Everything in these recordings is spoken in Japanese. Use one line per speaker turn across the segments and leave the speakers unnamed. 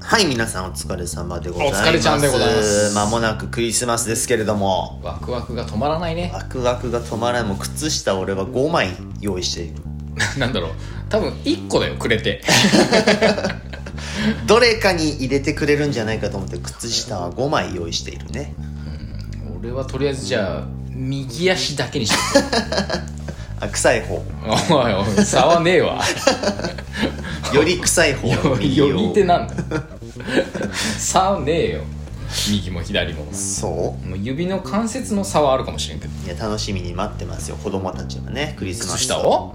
はい、皆さんお疲れ様でございます。
お疲れちゃんでございます
まもなくクリスマスですけれども、
ワクワクが止まらないね
ワクワクが止まらない。もう靴下俺は5枚用意している。
なんだろう多分1個だよくれて
どれかに入れてくれるんじゃないかと思って、靴下は5枚用意しているね。
俺はとりあえずじゃあ右足だけにしてる
あ、臭い方。
おいおい差はねえわ
より臭い方の
よ
右を
より手なんだよ 差はねえよ右も左も
そ
もう指の関節の差はあるかもしれんけど
ういや、楽しみに待ってますよ。子供たちはね、クリスマス。
靴下 を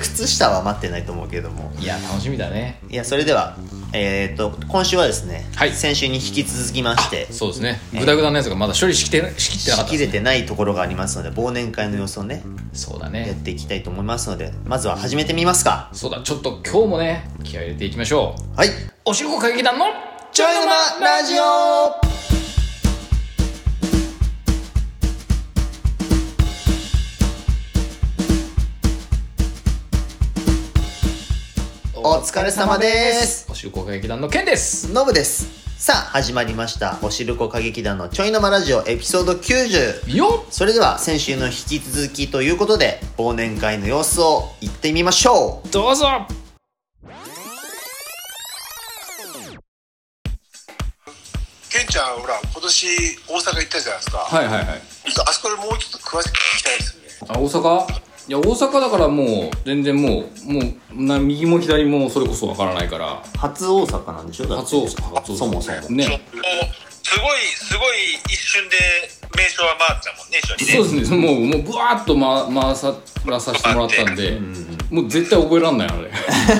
靴下は待ってないと思うけども。
いや楽しみだね
いや、それでは、えっ、と、今週はですね、
はい
先週に引き続きまして、
そうですねグダグダなやつがまだ処理しきてしきってなか
し
った
きれてないところがありますので忘年会の様子をね
そうだ
やっ
ね
ていきたいと思いますのでまずは始めてみますか
そうだちょっと今日もね気合い入れていきましょう
はい
おしるこ歌劇団の
ちょい沼ラジオお疲れ様です
おしるこ歌劇団のケンです
ノブですさあ始まりましたおしるこ歌劇団のちょい沼ラジオエピソード90
よ
それでは先週の引き続きということで忘年会の様子を行ってみましょ
っどうぞ
ケンちゃんほら今年大阪行ったじゃないですか、
はいはいはい
あそこでもうちょっと詳しく聞きたいですよね
あ大阪いや大阪だからもう全然もうもうな右も左もそれこそわからないから
う初大阪なんでしょだって
初大阪初大阪
そもそも
ね
すごいすごい一瞬で名称は回ったもんね一緒
そうですね、もう、もう、ぶわーっと、ま、回さ、らさせてもらったんで、もう絶対覚えらんない、あれ。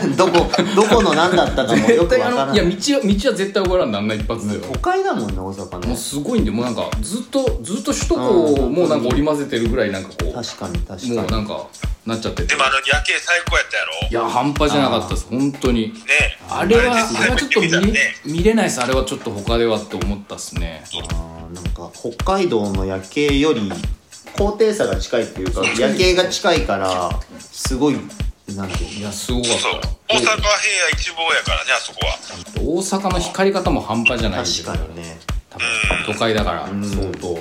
どこどこの何だったか もよくわからな
あのいや、
い
道は、道は絶対覚えらんない、あんな一発では。
都会だもんね大阪
も
ね
うすごいんで、もうなんか、ずっと、ずっと首都高をもうなんか織り交ぜてるぐらい、なんかこ
確かに
う、
確
もう
か
な
に
んか、なっちゃってて。
でもあの夜景最高やったやろ
いや、半端じゃなかったです、本当に。
ね
あれは、
あ
あれは
れは
ち
ち
ょ
ょ
っ
っ
と
と
見
見
れ見れないです、あれはちょっと他ではって思ったっすね。
あーなんか北海道の夜景より高低差が近いっていうか夜景が近いからすごいなんていう
い
の
や、すごかっ
そう
た
大阪。平野一望やからねあそこは
大阪の光り方も半端じゃないです
確かにね
多分都会だから相当い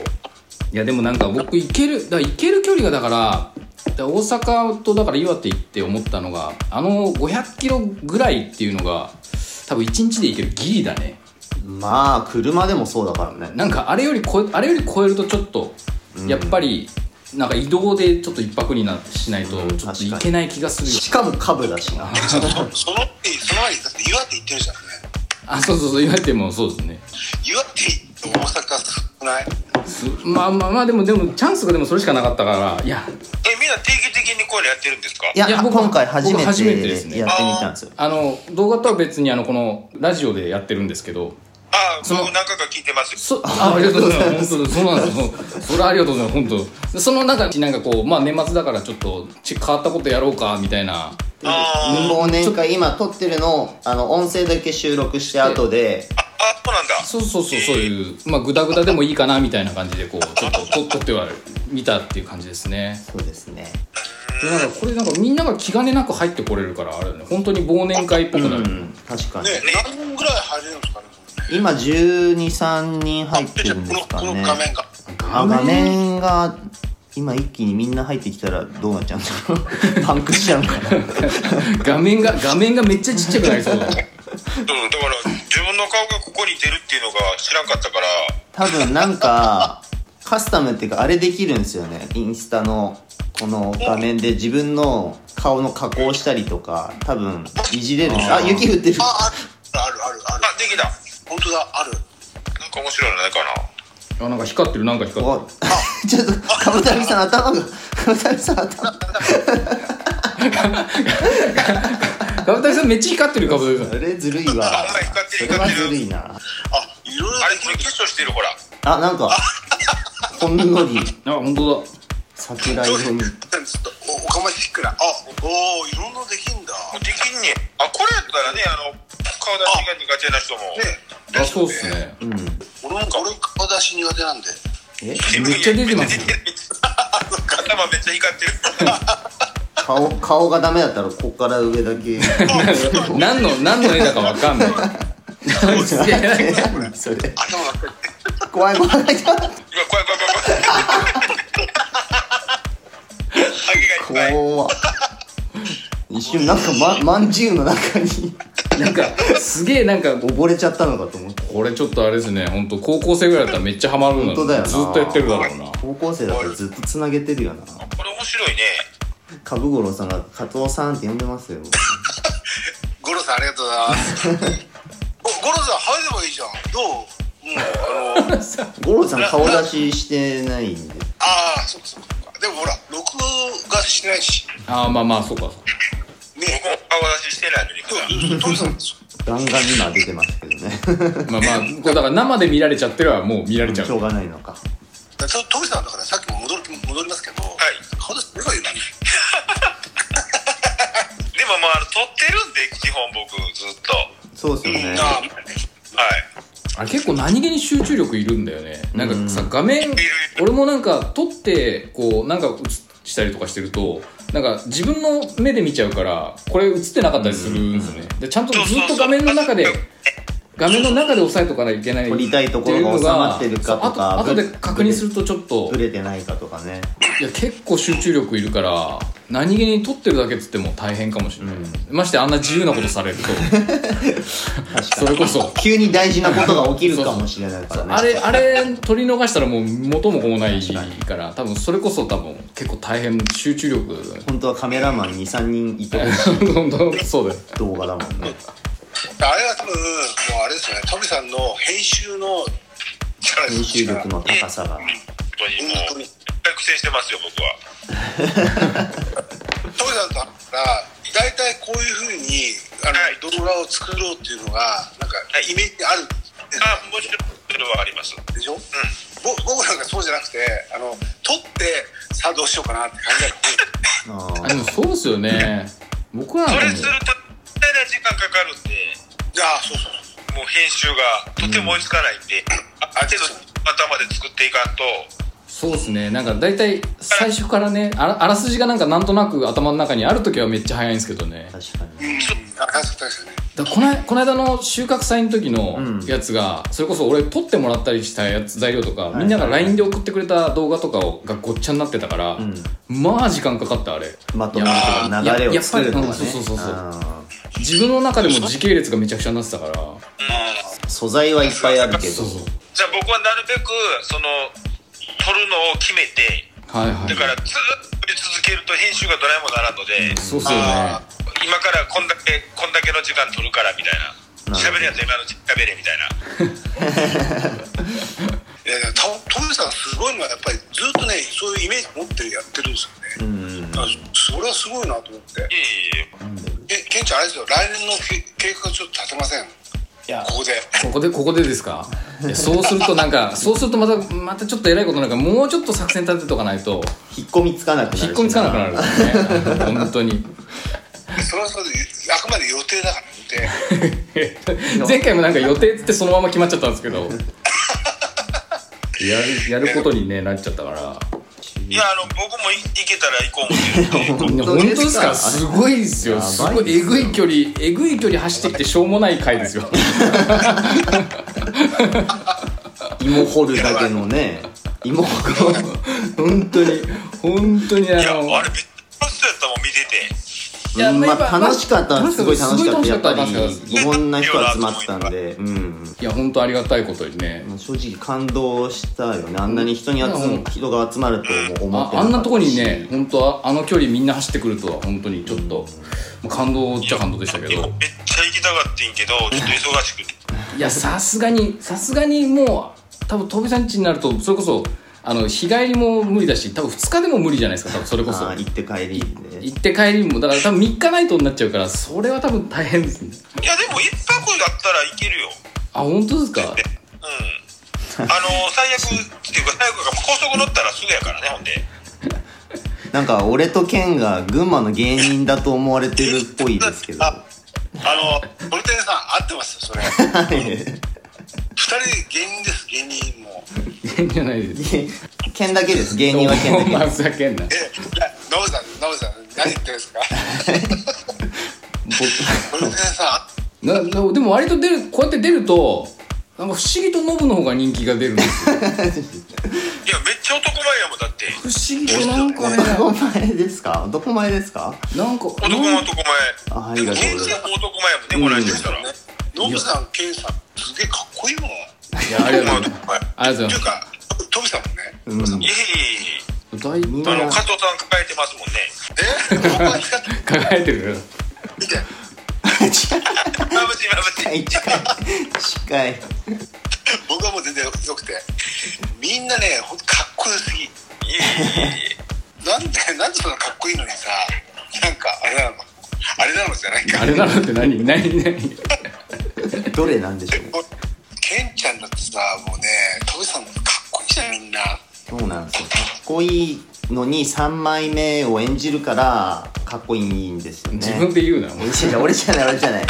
やでもなんか僕行けるだから行ける距離がだからだから大阪とだから岩手行って思ったのがあの500キロぐらいっていうのが多分1日で行けるギリだね
まあ車でもそうだからね
なんかあれより超えあれより超えるとちょっとやっぱりなんか移動でちょっと一泊になしないとちょっと行けない気がするよ
しかもカブだし な
そのその前にその前にだって岩手行ってるじゃんね
あそうそうそう岩手もそうですね
岩手大阪少ない
まあまあまあでもでもチャンスがでもそれしかなかったからいや
えみんな定期的にこういうのやってるんですか
いや
いや僕
今回初め
僕初めてです
て
ね
やってみたんですよ
あの動画とは別にあのこのラジオでやってるんですけど
ああ
その
僕何回か聞いてます
そ
よ
あありがとうございます本当そうなんですそれありがとうございます本当その中になんかこうまあ年末だからちょっとち変わったことやろうかみたいな
あー
忘年会今撮ってるのをあの音声だけ収録して後で
ああそうなんだ
そうそうそうそういうまあグダグダでもいいかなみたいな感じでこうちょっと撮撮っては見たっていう感じですね
そうですね
でなんかこれなんかみんなが気兼ねなく入ってこれるからあれだね本当に忘年会っぽくなる、
うん確かに
ね何本ぐらい入れるんですかね
今1 2 3人入ってるんですか
この
ね
画面が
あ画面が今一気にみんな入ってきたらどうなっちゃうんだろう パンクしちゃうのかな
画面が画面がめっちゃちっちゃくなりそうだ
うん、だから自分の顔がここに出るっていうのが知らんかったから
多分なんかカスタムっていうかあれできるんですよねインスタのこの画面で自分の顔の加工したりとか多分いじれるんですあ雪降ってる
ああるあるあるあできた本当だあるなんか面白いのないかな
あなんか光ってるなんか光って
おちょっと株谷さん頭が株谷さん頭が
るガブタリさんめっちゃ光ってるガブタリさん
それずるいわ
あんま光って
そ
る
れはずるいな
あいろいろあれこれ結晶してるほら
あなんかほんのり
あ本当だ
桜色に
ちょっとおおかましくなあおおいろんなできんだできんねあこれやったらねあの顔出しが苦手な人もね
あそうっすね
うん
俺も俺顔出し苦手なんで
え
めっちゃ出てますね
めっちゃ出てる頭めっちゃ光って
顔
る
顔がダメだったらここから上だけ
何の何の絵だかわかんないすげえ
何それ
頭が怖い
怖い怖い
今怖い怖い怖い 怖いハゲがいっぱい
怖っ一瞬なんかままんじゅうの中に
なんかすげえなんか
溺れちゃったのかと思って
これちょっとあれですね本当高校生ぐらいだったらめっちゃハマるの
本当だよな
ずっとやってるだろうな
高校生だったらずっとつなげてるよな
これ面白いね
株五郎さんが加藤さんって呼んでますよ
ゴロさんありがとうございますおゴロさんハゲればいいじゃんどううんあの
五郎さん顔出ししてないんで
ああそうかそうかそうかでもほら録画してないし
ああまあまあそうかそうか
ね僕も顔出ししてないのにそうそうそうそう
ガンガン今出てますけど ね
まあまあこうだから生で見られちゃってるはもう見られちゃ
しょ
う
うがないのか
だからトミさんだからさっきも戻る戻りますけど、顔出してればいいのにでもまあ撮ってるんで基本僕ずっと、
そうですよね
あはい
あれ結構何気に集中力いるんだよねなんかさ
うん
画面
いる
俺もなんか撮ってこうなんか映したりとかしてるとなんか自分の目で見ちゃうからこれ映ってなかったりするんですよねでちゃんとずっと画面の中で画面の中で押さえとかなきゃいけない
撮りたいところが収まってるかとか
そうあと後で確認するとちょっと
ブレてないかとかね
いや結構集中力いるから何気に撮ってるだけっつっても大変かもしれない、ましてあんな自由なことされると
確か
そ
に
れこそ
急に大事なことが起きるかもしれないからね
あれあれ取り逃したらもう元も子もないから多分それこそ多分結構大変集中力
本当はカメラマン23人いてほし
本当そうだよ
い動画だもん ね
あれは多分もうあれですよねトミさんの編集の力
編集力の高さが
本当にもう一回苦戦してますよ僕はトミさんだから大体こういうふうにあの、動画を作ろうっていうのがなんかイメージあるあもちろんそれはありますでしょ、うん、ぼ僕なんかそうじゃなくてあの撮ってさあどうしようかなって考え
あ
る
あでもそうですよね僕なんかも
と絶対時間かかるんでいやそうそうもう編集がとても追いつかないんで、ある程度頭で作っていかんと
そうですねなんか大体最初からねあらあらすじがなんかなんとなく頭の中にある時はめっちゃ早いんですけどね
あ確かに
うん、あ確かにね
だこのこの間の収穫祭の時の
うん
やつが、それこそ俺撮ってもらったりしたやつ材料とか、
い
みんなが LINE で送ってくれた動画とかをがごっちゃになってたから、まあ時間かかったあれ
まとめるとか
いや
流れを作るとかね
やっぱりうんそうそうそうそう
あ
自分の中でも時系列がめちゃくちゃになってたから
ー素材はいっぱいあるけど
そうそう
じゃあ僕はなるべくその撮るのを決めて
はいはい
だからずっと撮り続けると編集がどないもならんので、
そうっすよね
今からこんだけこんだけの時間撮るからみたいな
なるほど
喋るやつは今のうちに喋れみたいないやいやトトムさんすごいのはやっぱりずっとねそういうイメージ持ってやってるんですよね、
うん
だからそれはすごいなと思っていえケンちゃんあれですよ来年のけ計画ちょっと立てませ
い
ん
や
ここで
ここでここでですかいやそうするとなん かそうするとまたまたちょっと偉いことになんかもうちょっと作戦立てとかないと
引っ込みつかなくなるし
引っ込みつかなくなるんですね本当 に
それはそれであくまで予定だから予定
前回もなんか予定っつってそのまま決まっちゃったんですけどやるやることに、ね、なっちゃったから
いや、あの、僕もい行けたら行こう思ってるんで。
本当ですかすごいですよ
やばいっ
す
すよ
ごいえぐい距離えぐい距離走ってきてしょうもない回ですよ
芋掘るだけのね芋掘る
本当に本当にあの
いや、あれ、めっちゃ楽しそうやったもん、見てて。
いや
うんま
まあ
あ楽しかったのすごい楽しかったやっぱ
楽しかった
りいろんな人集まってたんでうん
いや本当ありがたいことにね
もう正直感動したよねあんなに人に集ま
うん
人が集まるとも思っ
あ
て
あんなとこに
ね
ね本当ああの距離みんな走ってくるとは本当にちょっと、もう感動っちゃ感動でしたけど
めっちゃ行きたかってんけど、ちょっと忙しくて。
いやさすがにさすがにもう多分飛びさん家になるとそれこそあの日帰りも無理だし多分2日でも無理じゃないですか多分それこそ
あー行って帰りで
行って帰りもだから多分3日ないとになっちゃうからそれは多分大変ですね
いや、でも、一泊だったら行け るよ。
あ本当ですか
うん。あの、最悪っていうか、最悪が高速乗ったらすぐやからね、ほんで。
なんか俺とケンが群馬の芸人だと思われてるっぽいです けど
ああの、森谷さん、合ってますよ、それ。二人、芸人です、芸人も。
変じゃないです
ケンだけです芸人はケンだけ
まあふざけんな
え、ノブさん、ノブさん、何言ってるんですか森谷さん、
なでも割と出るこうやって出るとなんか不思議とノブの方が人気が出るんですよ
いやめっちゃ男前やもんだって
不思議となん かね
男前ですか男前ですか
なんか
男前男
ああ
前
り
で
が
も
とう
全
ございます
然男前やもんねこの間したら
ノブさん、ケンさん、すげえかっこいいわ。
いやありがとうございます
男前
ありがとうご
と
ざ
いうか、トミさんもね。
うん
い
いえいえい
ます
えあ
だい
の加藤さん抱えてますもんね
え僕は光って
ぶ輝いてる
見 て。
まぶしいまぶしい
近い近い近い
僕はもう全然よくて。みんなね、ほんとかっこよす ぎ。
いえいえいえ
なんで、なんでそんなかっこいいのにさ、なんか、あれなの、あれなのじゃないか。
あれなのって何何何
どれなんでしょうね
ケンちゃんだってさ、もうね、トミさんもかっこいいじゃん、みんな。
そうなんですよかっこいいのに3枚目を演じるからかっこいいんですよね
自分で言うな
違う違う俺じゃない俺じゃない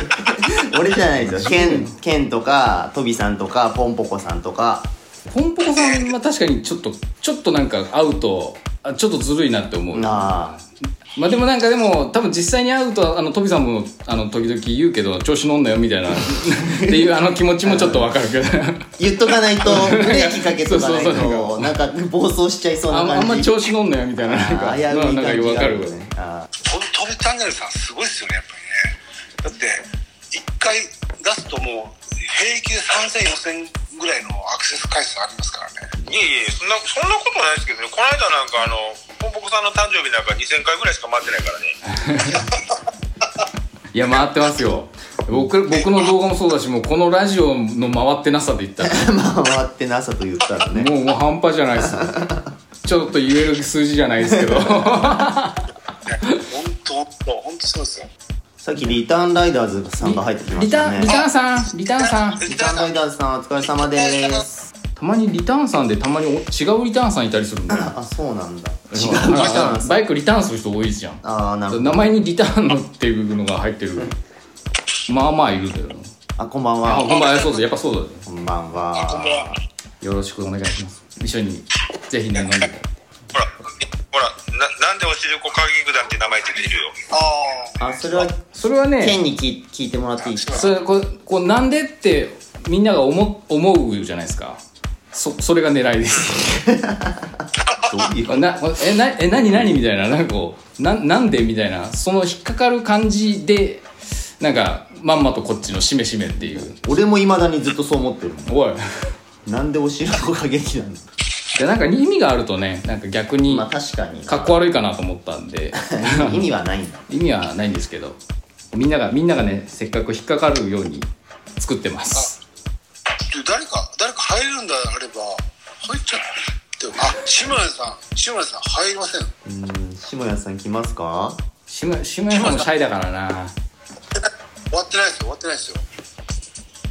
俺じゃないですよケンケンとかトビさんとかポンポコさんとか
ポンポコさんは確かにちょっとちょっとなんか会うとあちょっとずるいなって思う
なあ
まあでもなんかでも多分実際に会うとあのトビさんもあの時々言うけど調子乗んなよみ たいなっていうあの気持ちもちょっとわかるけど
言っとかないとブレーキかけとかない
そうそうそ
となんか暴走しちゃいそう
あ
なん
あんま
感じ
調子乗んなよみたいななんか
あー危うい
なんか
感じ
わ
が
か
あ
る
るよねあ
ほんと、トミチャンネルさん、すごいっすよね、やっぱりね。だって、一回出すともう、平均3000、4000ぐらいのアクセス回数ありますからね。
いえいえそんなそんなことないですけどねこの間なんかあのポンポコさんの誕生日なんか2000回ぐらいしか回ってないからね
いや回ってますよ僕僕の動画もそうだしもうこのラジオの回ってなさで言ったら
ーまあ回ってなさと言ったらね
もうもう半端じゃないですちょっと言える数字じゃないですけど
ほんと、ほんと、ほんとそうですよ。
さっきリターンライダーズさんが入ってきま
リ
し
タ
た
ー
ね
ンリターンさんリターンさん
リターンライダーズさんお疲れ様です
たまにリターンさんでたまにお違うリターンさんいたりするんだよ
あそうなんだ違うリタ
あの
ーンさん
バイクリターンする人多いじゃん
ああなるほど
名前にリターンのっていうのが入ってるまあまあいるけど
あこんばん
あ
は
本番そうだやっぱそうだね
こんばんは
よろしくお願いします一緒にぜひね飲んで
ほらほらななんでおしるこ歌劇団って名前つけてるよ
ああ。
あそれは
それは
ケン
ね
に聞い聞いてもらっていいですか
それこうこうなんでってみんなが思思うじゃないですかそそれが狙いです
どういう
なえなえ何何みたいななんかこうななんでみたいなその引っかかる感じでなんかまんまとこっちのしめしめっていう
俺もいまだにずっとそう思ってるも
おい
んなんでおしるこ過激なんだ
でなんか意味があるとねなんか逆に
まあ確かに
かっこ悪いかなと思ったんで
意味はないんだ
意味はないんですけどみんながみんながねせっかく引っかかるように作ってます
で誰か誰か入るんだあれば入っちゃうってあ志村さん志村さん入りません
うーん下谷さん来ますか
しむしむやさんもシャイだからな
終わってないですよ終わってないですよ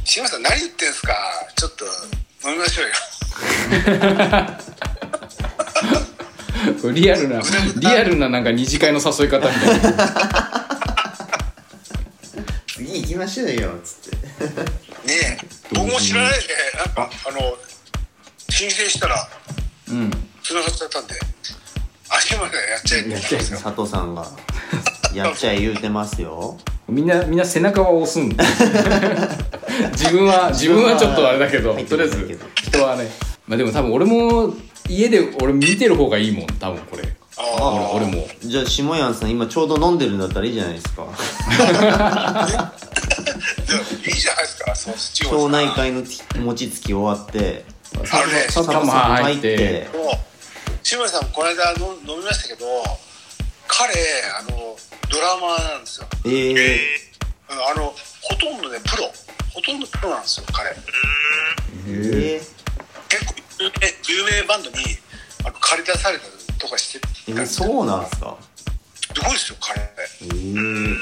志村さん何言ってんすかちょっと飲みましょうよ
これリアルなリアルななんか二次会の誘い方みたいな
次行きましょうよつって
ねえ僕も知らないでなんかあの申請したら
うん
繋がっちゃったんであ志村さんやっちゃえって言ったんですよ
佐藤さんがやっちゃえ言うてますよ
みんなみんな背中は押すんだ 自分は自分はちょっとあれだけど
入って
とりあ
な
え
いけど
ず人はねまあでも多分俺も家で俺見てる方がいいもん多分これ
あ
俺俺も
じゃあ下谷さん今ちょうど飲んでるんだったらいいじゃないですか
でもいいじゃないですかそう志村
町
さん
内会の餅つき終わって
あのね
サ
佐
サ
藤
マ
さん
入
入
っ
ってて
もう志村さんもこの間の飲みましたけど彼あのドラマーなんですよ
えー、
え
うんあのほとんどねプロほとんどプロなんですよ彼
え
結構有名有名バンドにあの借り出されたりとかして
え
たんですよ
そうなんですか
すごいですよ彼
えー、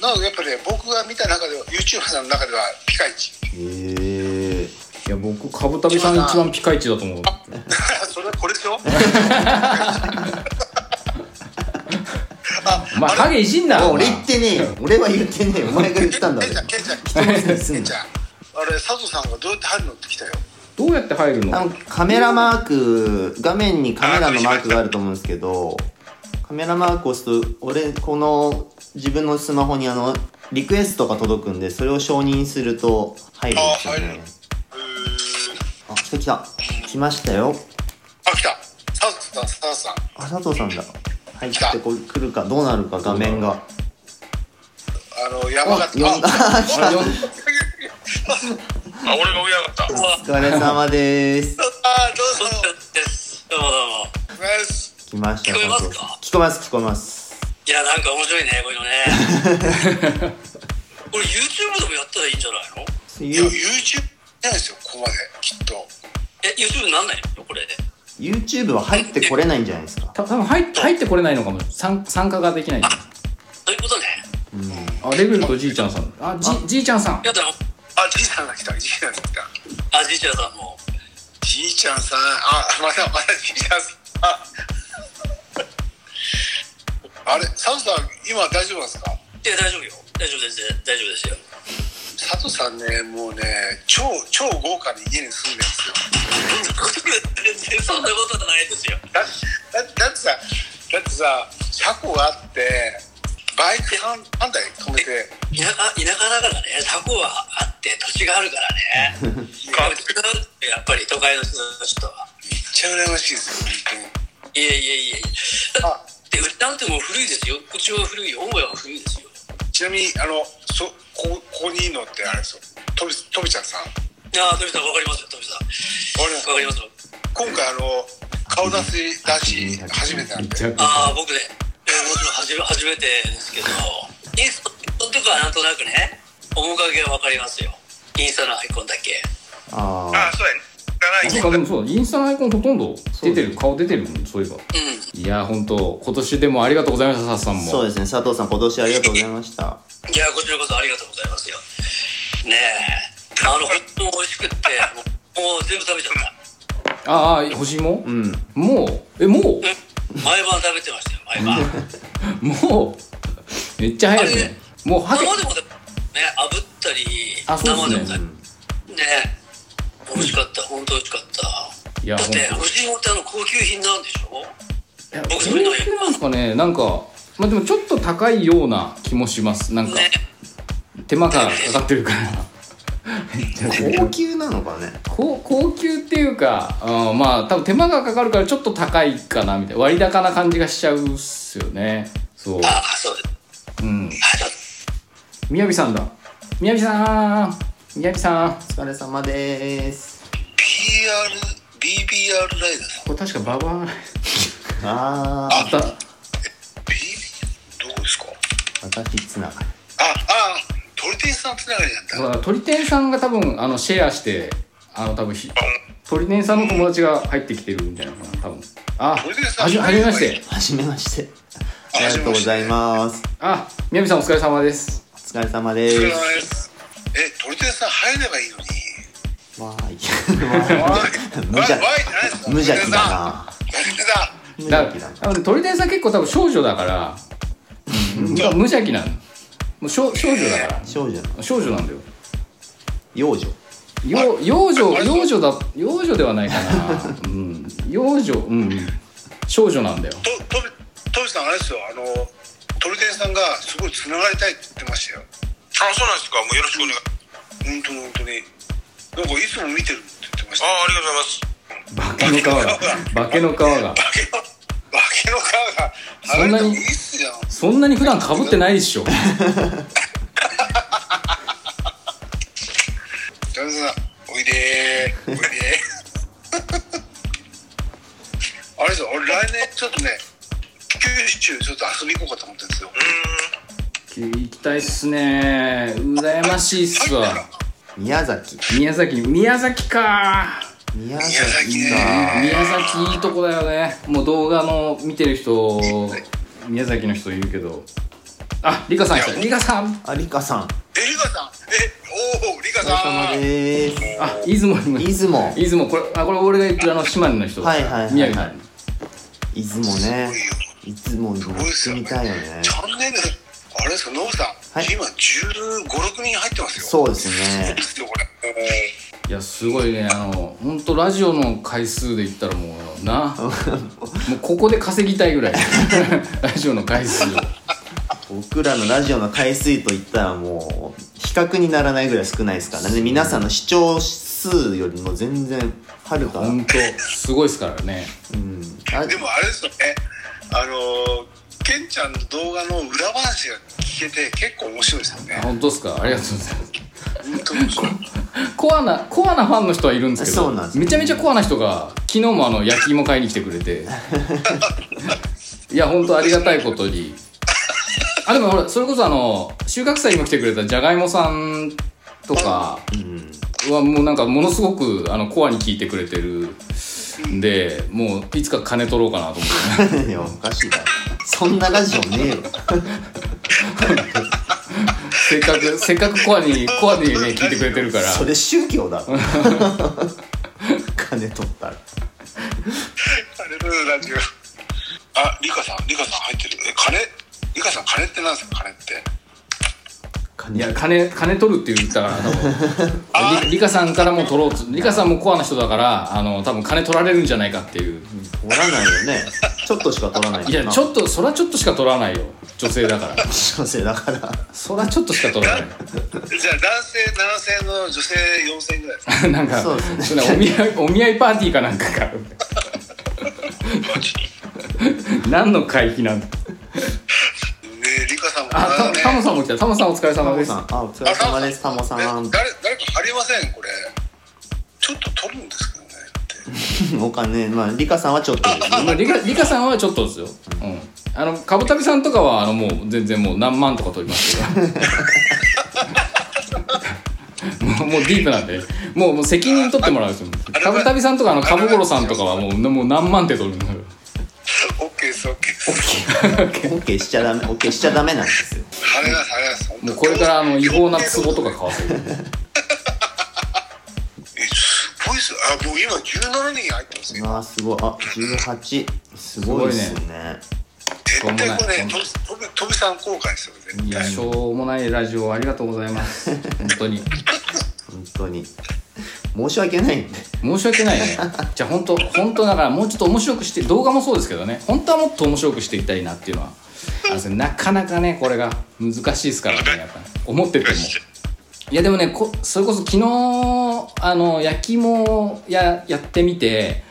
なのでやっぱり、ね、僕が見た中では YouTuber さんの中ではピカイチ
えー、
いや僕カブタビさん一番ピカイチだと思う
それはこれでしょ
まあハゲいじんな
俺言ってねえよ俺は言ってねえよお前が言ったんだ
ケンちゃん
ろ
ケンちゃん
す
ケン
ん
ち
な
ゃんあれ佐藤さんがどうやって入るのって来たよ
どうやって入る
あ
の
のカメラマーク画面にカメラのマークがあると思うんですけどカメラマークを押すと俺この自分のスマホにあのリクエストが届くんでそれを承認すると入るんですよ
あ入
ね
る
あ来た来た来ましたよ
あ、来た。サンさん、サンさん。
あ佐藤さんだ入ってこ来るかどうなるか画面が
あの、山
あ
形。
呼んだ来た
よ
あ、俺が上上がった。
うわ
お疲れ様です
あ、どうぞ。
どうですどうもどうも
お願い します
来ました
聞こえますか
佐藤さん聞こえます聞こえます
いやなんか面白いねこういうのねこれ YouTube でもやったらいいんじゃないの
いや、YouTube ないですよ、ここまで、きっと。
え YouTube なんないのこれで
YouTube は入ってこれないんじゃないですか
た多分入っ入ってこれないのかも参参加ができないあ
そういうことね
レベルとじいちゃんさんあじじいちゃんさん
やだ
あ、じいさんが来た、じいさんが来た。
あじいちゃんさんも
じいちゃんさん、あ、まだまだじいちゃんさん。ああれ、サンさん、今大丈夫なんですか
いや大丈夫よ大丈夫です大丈夫ですよ
佐藤さんね、もうね、超、超豪華に家に住んでるんですよ。
全然そんなことないですよ
だだだってさだってさ車庫があってバイク半半台止めて
田舎田舎だからねタコはあって土地があるからね土地があるってやっぱり都会の人とは
めっちゃ羨ましいですよ
いやいやいやいやだ
あ
って歌うてもう古いですようちは古いよ母屋は古いですよ
本当にちなみにあのそこここにいるのってあれですよとびとびちゃんさん
ああ富田さんわかりますよ富田さん
俺
わかりますよ
今回あの顔出し出し初めてなん
め
で
ちゃくちゃ
ああ僕ねえーもちろん初め初めてですけどインスタのとかはなんとなくね面影はわかりますよインスタのアイコンだけ
あ
あ
あ、
そうやね。がない
そっかでもそうだインスタのアイコンほとんど出てる顔出てるもんそういえば
うん
いや本当今年でもありがとうございましたサスさんも
そうですね佐藤さん今年ありがとうございました
いやこちらこそありがとうございますよねえあの本当に美味しくってもうもう全部食べちゃった
ああ星も
うん
もうえもう
うん毎晩食べてましたよ毎晩
もうめっちゃ早いですねもうは
生
け
でもね炙ったり
あ
生
そう
で
で
も
す
ね
ね
ね美味しかった本当美味しかった
いや
だ
本
っ
当
て干し芋ってあの高級品なんでしょ
いや
僕それ
ど
の
うなんですかねなんかまあでもちょっと高いような気もしますなんか
ね
手間がかかってるから
高級なのかね
高高級っていうか、うん、まあ多分手間がかかるからちょっと高いかなみたいな割高な感じがしちゃうっすよねそう
ああそうです
うん
あだ
みやびさんだみやびさんみやびさ
お
ん
疲れ様です。
BR BBR ライダーさん
これ確かババ
あ
アだ
BB どこですか
あ、私つながり。
ああトリテンさんつながりなんだ
だから鳥天さんが多分あのシェアしてあの多分ひ鳥天さんの友達が入ってきてるみたいなのかな多分あ
鳥天さん
はじはじめまして
はじめまして。
あ
ありがとうございます。
あみやびさんお疲れ様です
お疲れ様
お疲れ
で
様ですえトリテンさん入ればいいのに
す。わーい。
わ
無邪
わわいじゃないですか
無邪気だな。
トリテンさん
無
だ
邪
か
気だ
ら
な。
なので鳥天さん結構多分少女だからうん無邪気なのもう少少女だか
少女の
ら少女なんだよ
幼女。
よ幼女幼女だ幼女ではないかな、うん、幼女うん少女なんだよ
ととびとびさんあれですよあのトルテンさんがすごい繋がりたいって言ってましたよ
あ、そうなんですか。もうよろしくお願い。
本当に本当になんかいつも見てるって言ってまし
あ
た
あ、ありがとうございます。
化けの皮が化けの皮が
化けの化
そん
けの皮が
なに
剥がれてもいいっすよ
そんなに普段かぶってないでしょ
トルテンさんおいでーおいでーあれですよ俺来年ちょっとね九州ちょっと遊び行こうかと思ってるんですよ
行きたいっすね羨ましいっす
入っ
わ
たら
宮崎。
宮崎宮崎か
宮
崎
崎
ね
か。
宮崎いいとこだよねもう動画の見てる人宮崎の人いるけどあリカさん来たリカさん
あ、りかさん。お
えリカさんえおおリカさ
疲れ様
ん
で
あ出雲にも
す。出雲。
出雲これあこれ俺が言ってるあの島根の人
はいはいはいはい
宮城の
出雲ね
すごい。よ
出雲にも行ってみたいよね
チ。ャンネルあれですかノブさん、
はい
今1 5 6人入ってますよ
そうですね
で。すよこれ
いやすごいねあの本当ラジオの回数で言ったらもう なもうここで稼ぎたいぐらいラジオの回数を
お僕らのラジオの回数といったらもう比較にならないぐらい少ないですからね皆さんの視聴数よりも全然はるか、う
本当すごいですからね
ん、あ
でもあれですよねあのケンちゃんの動画の裏話が聞けて結構面白いですよ
あ
ね
本当ですかありがとうございます
本当に面白い
コアなコアなファンの人はいるんですけど
そうなんです
めちゃめちゃコアな人が昨日もあの焼き芋買いに来てくれていや本当ありがたいことにあでもほらそれこそあの収穫祭にも来てくれたじゃがいもさんとか
うん
はもうなんかものすごくあのコアに聞いてくれてるんでもういつか金取ろうかなと思って
いやおかしいだろそんなラジオねえよ
せっ かくせっかくコアにコアにね聞いてくれてるから
それ宗教 だろ金取ったら
あれのラジオあリカさんリカさん入ってるえ金リカさん金ってなんですか金って
い
金
や金金取るって言ったから多分りリカさんからも取ろうとリカさんもコアな人だからあの多分金取られるんじゃないかっていう
取らないよねちょっとしか取らない
いやちょっとそらちょっとしか取らないよ女性だから
とせいだから
そらちょっとしか取らない
じゃあ男性7000の女性4000ぐらいですか
なん か
そうですね
それお見合い お見合いパーティーかなん かか 何の会費なんだ
ねリカさんも
あタタモさんも来たタモさんお疲れ
タ
様
モ
です
さんあお疲れ様ですタモさん
ね誰誰か貼りませんこれちょっと取るんですけどねって
お金まあリカさんはちょっとですね
まあ、リカリカさんはちょっとですよ、うん、あのカブタビさんとかはあのもう全然もう何万とか取りますけど もうもうディープなんでもうもう責任取ってもらうんですよカブタビさんとかあのカブゴロさんとかはもうもう何万って取るのよ
OK です OK です
オッケーしちゃダメオッケーしちゃダメなんですよ
貼れます貼れます本当
もうこれからあの違法な壺とか買わせる
えすごいっすよあもう今17人入ってますよ
あーすごいあ18すごいですね
絶対
しょうもな
これ
い
ねととびとびさん後悔ですよ
い
絶
や
対
しょうもないラジオありがとうございます本当に
本当に申し訳ないんで
申し訳ないねじゃあ本当本当だからもうちょっと面白くして動画もそうですけどね本当はもっと面白くしていきたいなっていうのはあのですねなかなかねこれが難しいですからねやっぱね思っててもいやでもねこそれこそ昨日あの焼き芋ややってみて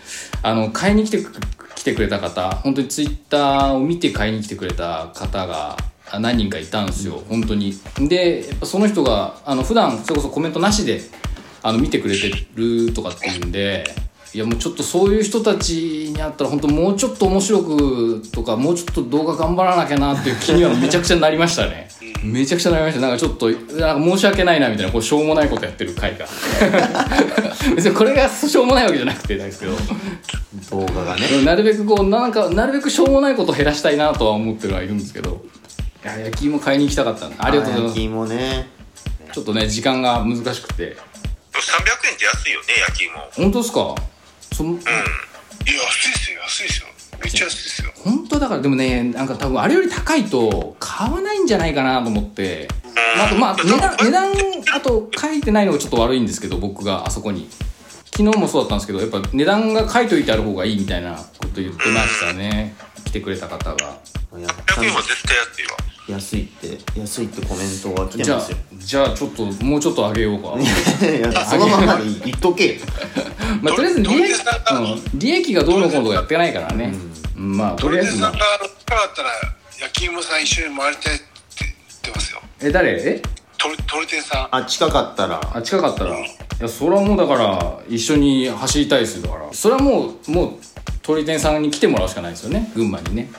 あの買いに来てく来てくれた方本当にツイッターを見て買いに来てくれた方があ何人かいたんですよ本当にでやっぱその人があの普段それこそコメントなしであの見てくれてるとかっていうんでいやもうちょっとそういう人たちに会ったら本当もうちょっと面白くとかもうちょっと動画頑張らなきゃなっていう気にはめちゃくちゃなりましたねめちゃくちゃなりましたなんかちょっとなんか申し訳ないなみたいなこうしょうもないことやってる回が別にこれがしょうもないわけじゃなくてなんですけど
動画がね
でもなるべくこうなんかなるべくしょうもないことを減らしたいなとは思ってるはいるんですけどいや焼き芋買いに行きたかったんでありがとうございま
焼き芋ね
すちょっとね時間が難しくて
300円って安いよね焼き芋
本当ですかそん
いや安いですよ安いですよめっちゃ安いですよ
本当だからでもねなんか多分あれより高いと買わないんじゃないかなと思ってあとまあ値段値段あと書いてないのがちょっと悪いんですけど僕があそこに昨日もそうだったんですけどやっぱ値段が書いといてある方がいいみたいなこと言ってましたね来てくれた方が
や
100円は絶対安いわ
安いって安いってコメントが来て
じゃ
ま
あ
すよ
じゃあちょっともうちょっと上げようか
いやそのままで言っとけよ
まあとりあえず利益,、
どれだ
うん、利益がどうのこうのとかやってないからね、まあと
ト
り
レ
あ
ー
え
ナ
ずま
ーさん
あ
が高かったら焼き芋さん一緒に回りたいって言ってますよ
え誰え
トルトルテンさん
あ近かったら
あ近かったらいやそれはもうだから一緒に走りたいですよだからそれはもうもう鳥天さんに来てもらうしかないですよね群馬 にね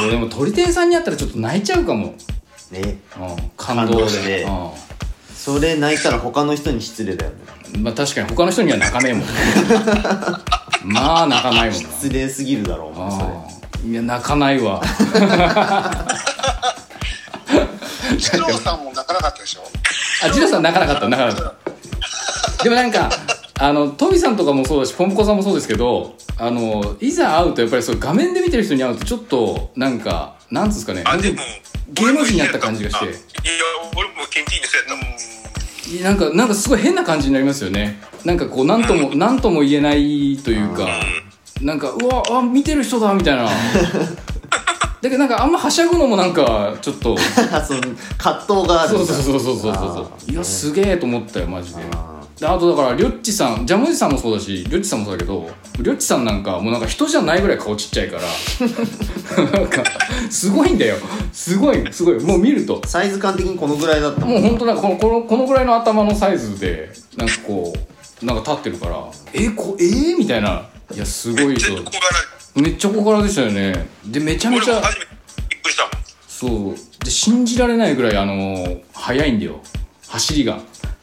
俺でも鳥天さんに会ったらちょっと泣いちゃうかも、
ね
うん、感動
感
で
動してそれ泣いたら他の人に失礼だよね
うん、まあ確かに他の人には泣かねえもん まあ泣かないもんな
失礼すぎるだろお前それ
あーいや泣かないわ
市長さんも泣かなかったでしょ
あジロさん泣かなかった泣かなかったでもなんかあのトビさんとかもそうだしポンポコさんもそうですけどあのいざ会うとやっぱりそう画面で見てる人に会うとちょっとなんかなんつうんですかね
あ
なんて
で
いう
も
芸能人になった感じがして
いや俺もケンティーニそうやったもん
いやなんかなんかすごい変な感じになりますよねなんかこうなんともなんとも言えないというかなんかうわあ見てる人だみたいなけどなんかあんまはしゃぐのもなんかちょっと
その葛藤がある
そうそうそうそうそうそういやすげえと思ったよマジでであとだからりょっちさんジャムおじさんもそうだしりょっちさんもそうだけどりょっちさんなんかもうなんか人じゃないぐらい顔ちっちゃいから なんかすごいんだよすごいすごいもう見ると
サイズ感的にこのぐらいだったもん
もう本当なんかこのこのこのぐらいの頭のサイズでなんかこうなんか立ってるからえこえー、みたいないやすごい
ち
と
ょっとここから
めっちゃ小柄でしたよねでめちゃめ
俺
ちゃ
も初めてびっくりしたもん
そうで信じられないぐらいあのー速いんだよ走りが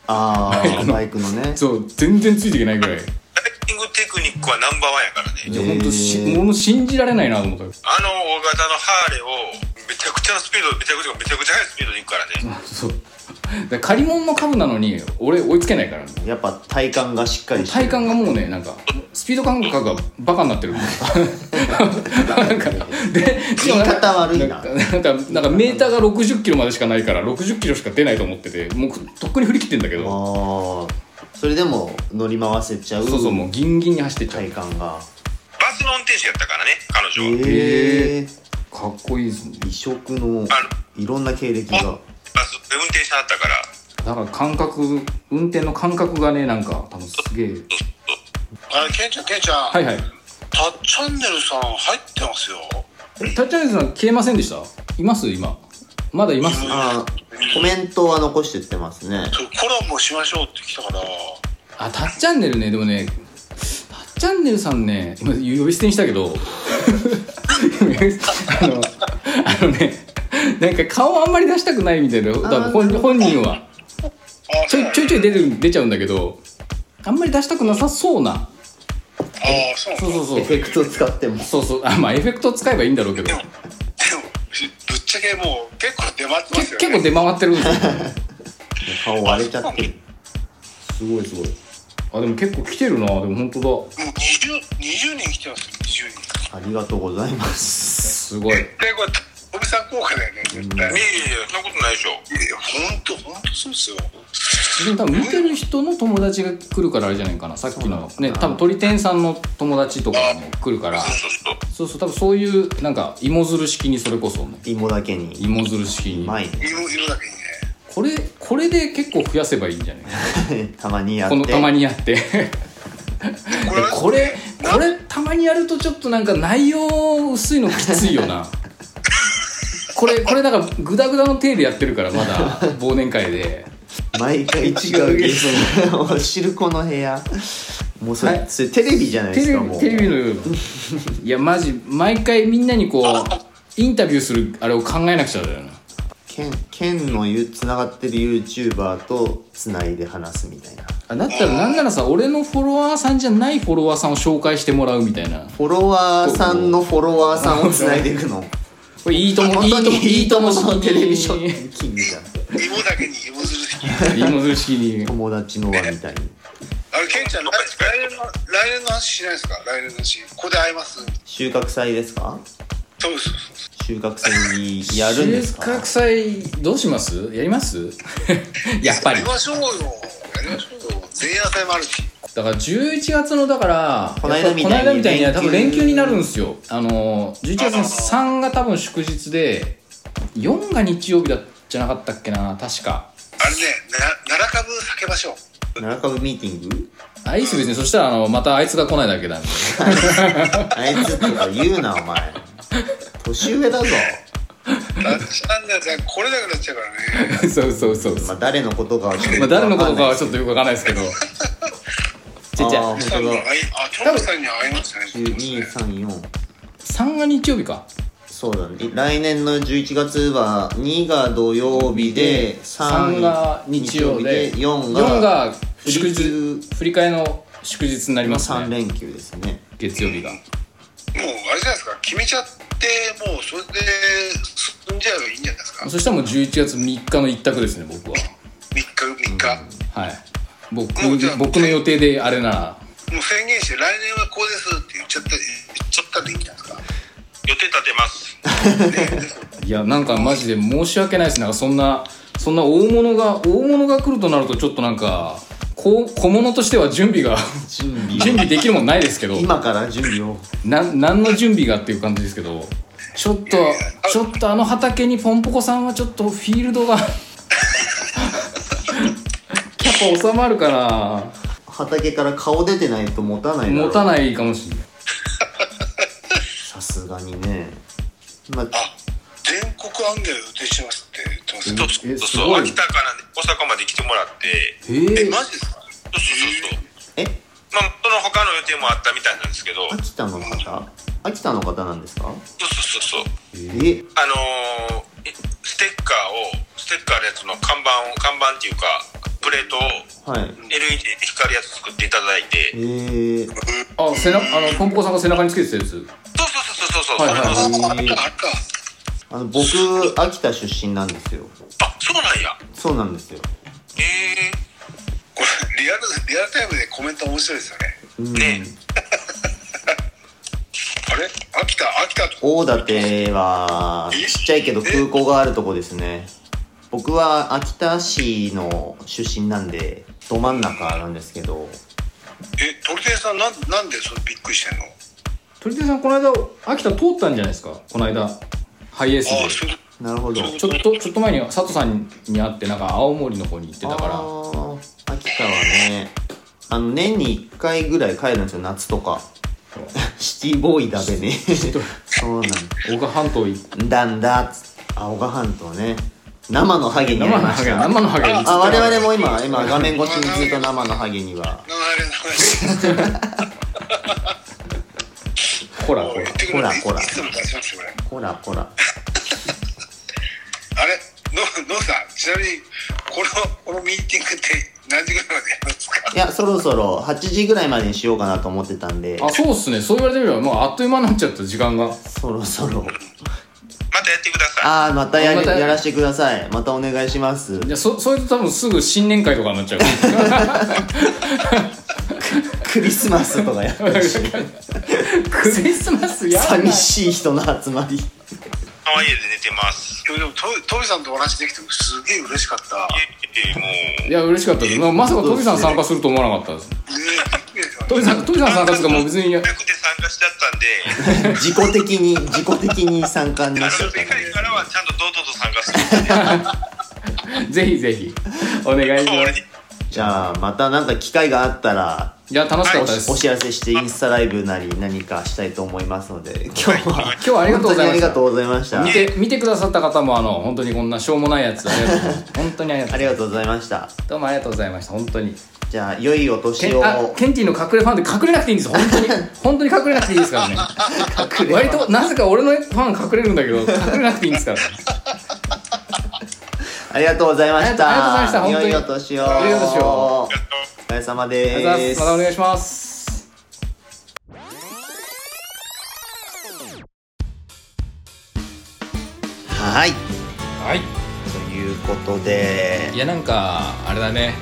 ああバイクのね
そう全然ついていけないぐらい
ダイビングテクニックはナンバーワンやからね
いや本当し
へー
もう信じられないなと思った
あの大型のハーレーをめちゃくちゃなスピードめちゃくちゃめちゃくちゃ速いスピードで行くからね
そうで借り物の株なのに俺追いつけないから、ね、
やっぱ体幹がしっかりして
体感がもうねなんかスピード感覚がバカに なってるなんかでしかも
言い方悪いな
なんかなんかなんかメーターが60キロまでしかないから60キロしか出ないと思っててもうとっくに振り切ってんだけど
ああそれでも乗り回せちゃう
そうそうもうギンギンに走ってっちゃう
体幹が
バスの運転手やったからね彼女は
へえ
かっこいいですね
異色のいろんな経歴
お
が
バス運転手だったから
だから感覚運転の感覚がねなんか多分すげえ
あれケンちゃんケンちゃん、
はいはい
タッチャンネルさん入ってますよ
タッチャンネルさん消えませんでしたいます今まだいます
あーコメントは残してってますね
そうコラボしましょうって来たから
あタッチャンネルねでもねタッチャンネルさんね今呼び捨てにしたけど あのあのねなんか顔あんまり出したくないみたいなだから本本人は
あ
ちょいちょいちょい出てる出ちゃうんだけどあんまり出したくなさそうな
ああそうなんだ
そうそうそう
エフェクト使っても
そうそうあまあエフェクト使えばいいんだろうけど
でもぶっちゃけもう結構出回って
け
ますよね
結構出回ってるんですよ
顔割れちゃってる
すごいすごいあでも結構来てるなでも本当だ
もう 20, 20人来てますよ20人
ありがとうございます
すごい
絶対これおみさん効果だよね絶対、
い
い
やいやいやそんなことないでしょ
やいや本当本当そうですよ
でも多分見てる人の友達が来るからあれじゃないかなさっきのね多分鳥天さんの友達とかも来るから
そうそうそう
そうそう多分そういうなんか芋づる式にそれこそね
芋だけに
芋づる式
う
に
まい
色色だけにね
これこれで結構増やせばいいんじゃない
ねたまにやっ
こ
て
のたまにやって
これ
これこれたまにやるとちょっとなんか内容薄いのきついよ なこれこれだからグダグダの体でやってるからまだ忘年会で。
毎回違うゲスト のおしるこの部屋もうそれ,、
はい
それテレビじゃないで
テ
す
レ
かも
ビ
う
テレビのようないやマジ毎回みんなにこうインタビューするあれを考えなくちゃだよな
県県のゆつながってる YouTuber とつないで話すみたいな
あだったらなんならさ俺のフォロワーさんじゃないフォロワーさんを紹介してもらうみたいな
フォロワーさんのフォロワーさんをつないでいくの
これいいとも
本
いい
当
とも
にいいとも
式
の
に
テレビショッキングじゃん
芋だけに芋づる式
いいもずる式に
友達の輪みたいに
あれケンちゃん来来年の来年の話しないですか来年の話ここで会います
収穫祭ですか
そうですそうです
収穫祭にやるんです
収
か
穫祭どうしますやります やっぱり
やりましょうよやりましょうよ前夜祭もあるし
だから11月のだから
この間みたいに
やっぱこの間みたいには多分連
連休
休になるんですよあのー11月の3が多分祝日で4が日曜日だじゃなかったっけな確か
あれねな奈良株避けましょう
奈良株ミーティング
あいいっすよ別にそしたらあのまたあいつが来ないだけなんで
あいつとか言うなお前年上だぞ、
ラッチャンネルさんこれだけなっちゃうからね
そうそうそう
まあ、誰のことかはちょっとよ
まあ
くわ
誰
んな
の
い
ことかはちょっとよくわかんないですけどちっち
あー
ゃい
本当だ
あいあチョンさんに会いましたね
1234
3が日曜日か
そうだね来年の11月は2が土曜日で
3
3
が日曜で
4
4
が
が祝日振り替えの祝日になります
3
ね
連休ですね
月曜日が
もうあれじゃないですか決めちゃってもうそれで進んじゃえばいいんじゃないですか
そしたらもう11月3日の一択ですね僕は
3日3日、
はい僕
もうじゃあ
僕の予定であれなら
もう宣言して来年はこうですって言っちゃった言っちゃったらいいんじゃないですか
予定立てます
いやなんかマジで申し訳ないですなんかそんなそんな大物が大物が来るとなるとちょっとなんかこう小物としては準備が
準備
準備できるもんないですけど
今から準備を
な何の準備がっていう感じですけどちょっとちょっとあの畑にポンポコさんはちょっとフィールドがキャパ収まるかな
畑から顔出てないと持たないだろ
持たないかもしれない
さすがにねまあ
あ全国案内を予定しますって言ってますよ
そう
えす
そう
ごい
秋田からね大阪まで来てもらって
へ
え
え
マジですか
そうそうそうそう
え
まあその他の予定もあったみたいなんですけど
秋田の方秋田の方なんですか
そうそうそうそう
え
あのー、えステッカーをステッカーのやつの看板を看板っていうかプレートを
はい
LED で光るやつ作っていただいて
えー、
あ背中あのポンポコさんが背中につけてたやつ
そうそうそうそうそう、
はいはい
それの
ああ
うん
あれかあれか
あの僕秋田出身なんですよ
あそうなんや
そうなんですよ
えー、
これリアルリアルタイムでコメント面白いですよね
うん
ね
あれ秋田秋田と
大館はちっちゃいけど空港があるとこですね僕は秋田市の出身なんでど真ん中なんですけど
え鳥天さんなんなんでそれびっくりしてんの
鳥天さんこの間秋田通ったんじゃないですかこの間ハイエース
あ
で
あそれ
なるほど
ちょっとちょっと前に佐藤さんに会ってなんか青森の方に行ってた
あ
か
ー秋田はねあの年に1回ぐらい帰るんですよ夏とかシティボーイだべねそうなん
ら男鹿半島行っ
だんだ青ヶ半島ね生のハゲにあ
生
り
の
ま
ハ
し
ゲ
た
生のハゲに
あ我々も今今画面越しにずっと生のハゲには
流れ流
ほらほ
れ
ら
言ってくれ
ほらほら
いつも出しますよこれ
こらこら
あれののさんちなみにこのこのミーティングって何時ぐらいまでやるんですか
いやそろそろ8時ぐらいまでにしようかなと思ってたんで
あそうっすねそう言われてみればもうあっという間になっちゃった時間が
そろそろ
またやってください
ああまたや
ま
り
た
やらせてくださいまたお願いします
いやそそれと多分すぐ新年会とかになっちゃう
クリスマスとかやったり して
クリスマスやだ
寂しい人の集まり
ハワイで寝てます
いやでもトトミさんとお話できてすげえ嬉しかったね
いえいえもう
いや嬉しかったですまあまさかトビさん参加すると思わなかったです
えびっくりですよね
トビさんトビさん参加するかもう別にいや
早くて参加しちゃったんで
自己的に自己的に参加に
あ
なっちゃ
の
っ
世
た
界からはちゃんと堂々と参加する
ぜひぜひお願いしま
俺
す
に
じゃあまたなんか機会があったら
いや楽しかったです
お知らせしてインスタライブなり何かしたいと思いますので今日は
今日はありがとう
本当
ございま
にあり
し
が
た
とうございました
見て見てくださった方もあの本当にこんなしょうもないやつありがとうございます本当にありがとう
ありがとうございました
どうもありがとうございました本当に
じゃあ良いお
ケ
年
ン
を
あケンティーの隠れファンで隠れなくていいんです本当に本当に隠れなくていいですからね
隠れ
割となぜか俺のファン隠れるんだけど隠れなくていいんですから
ありがとうございました
ありがとうございました本当に
良いお年を
良いお年を
お疲れ様で
ありがとうございますすまたお願いします
はい
はい
ということで
いやなんかあれだね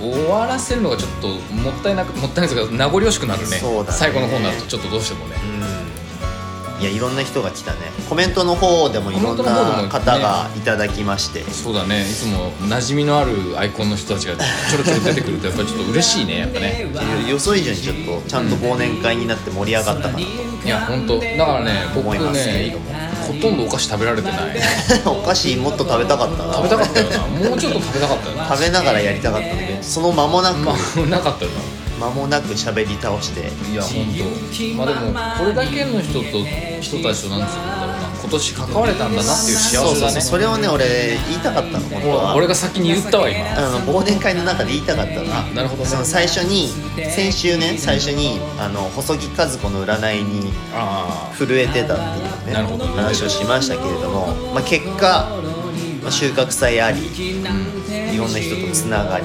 終わらせるのがちょっともったいなくもったいないですが名残惜しくなるね
そうだね
最後の方になるとちょっとどうしてもね
うんいやいろんな人が来たねコメントの方でもいろん
コメントの方でも
な
ね
方がいただきまして、
そうだねいつも馴染みのあるアイコンの人たちがちょろちょろ出てくるとやっぱりちょっと嬉しいねやっぱね
予想以上にちょっとちゃんと忘年会になって盛り上がったかなと、
いや本当だからね僕
思いますけれ
ね
ども
ほとんどお菓子食べられてない
お菓子もっと食べたかったな
食べたかったよなもうちょっと食べたかったよな
食べながらやりたかったんだけどその間もなく、
まあなかったよな
間もなく喋り倒して
いや本当まあでもこれだけの人と人たちとなんつうんだろうな今年関われたんだなっていう幸
そう
せ
そう
だ
そう
ね
それをね俺言いたかったの本当
ほら
は
俺が先に言ったわ今
あの忘年会の中で言いたかったの
あなるほどね
その最初に先週ね最初にあの細木和子の占いに
あ
震えてたっていうね
なるほど
話をしましたけれども、まあ、結果、まあ収穫祭ありい
あうん
ろんな人とつながり、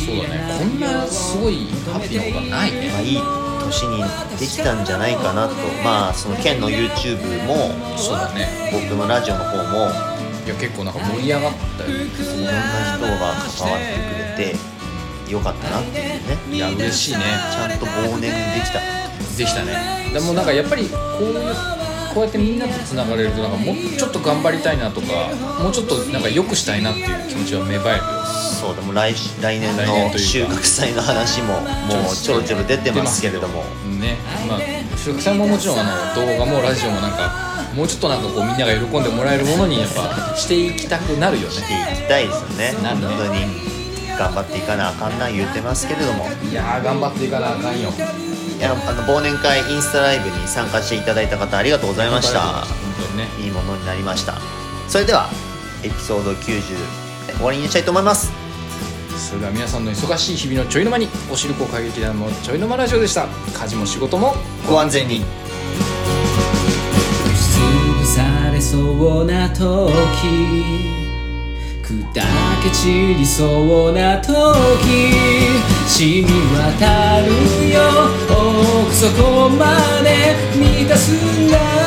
そうだねこんなすごいハッピーなことはないね
まあ、いい年にできたんじゃないかなとまあその県の YouTube も
そうだね
僕のラジオの方も
いや結構なんか盛り上がったよね
いろんな人が関わってくれてよかったなっていうね
いや嬉しいね
ちゃんと忘年できた
できたねでもなんかやっぱりこういうこうやってみんなとつながれるとなんかもうちょっと頑張りたいなとかもうちょっとなんか良くしたいなっていう気持ちは芽生えるよ
そうでも来し来年
来年
の
というか
収穫祭の話ももうちょろちょろ出てますけれども
ねまあ収穫祭ももちろんあの動画もラジオもなんかもうちょっとなんかこうみんなが喜んでもらえるものにやっぱしていきたくなるよね
行きたいですよね
なる
本
ね
当に頑張っていかなあかんな言ってますけれども
いやー頑張っていかなあかんよ
いやあの忘年会インスタライブに参加していただいた方ありがとうございました
本当にね
いいものになりましたそれではエピソード90終わりにしたいと思います
それでは皆さんの忙しい日々のちょいの間におしるこ歌劇団のちょいの間ラジオでした家事も仕事も
ご安全に
潰されそうな時砕け散りそうな時染み渡るよ奥底まで満たすんだ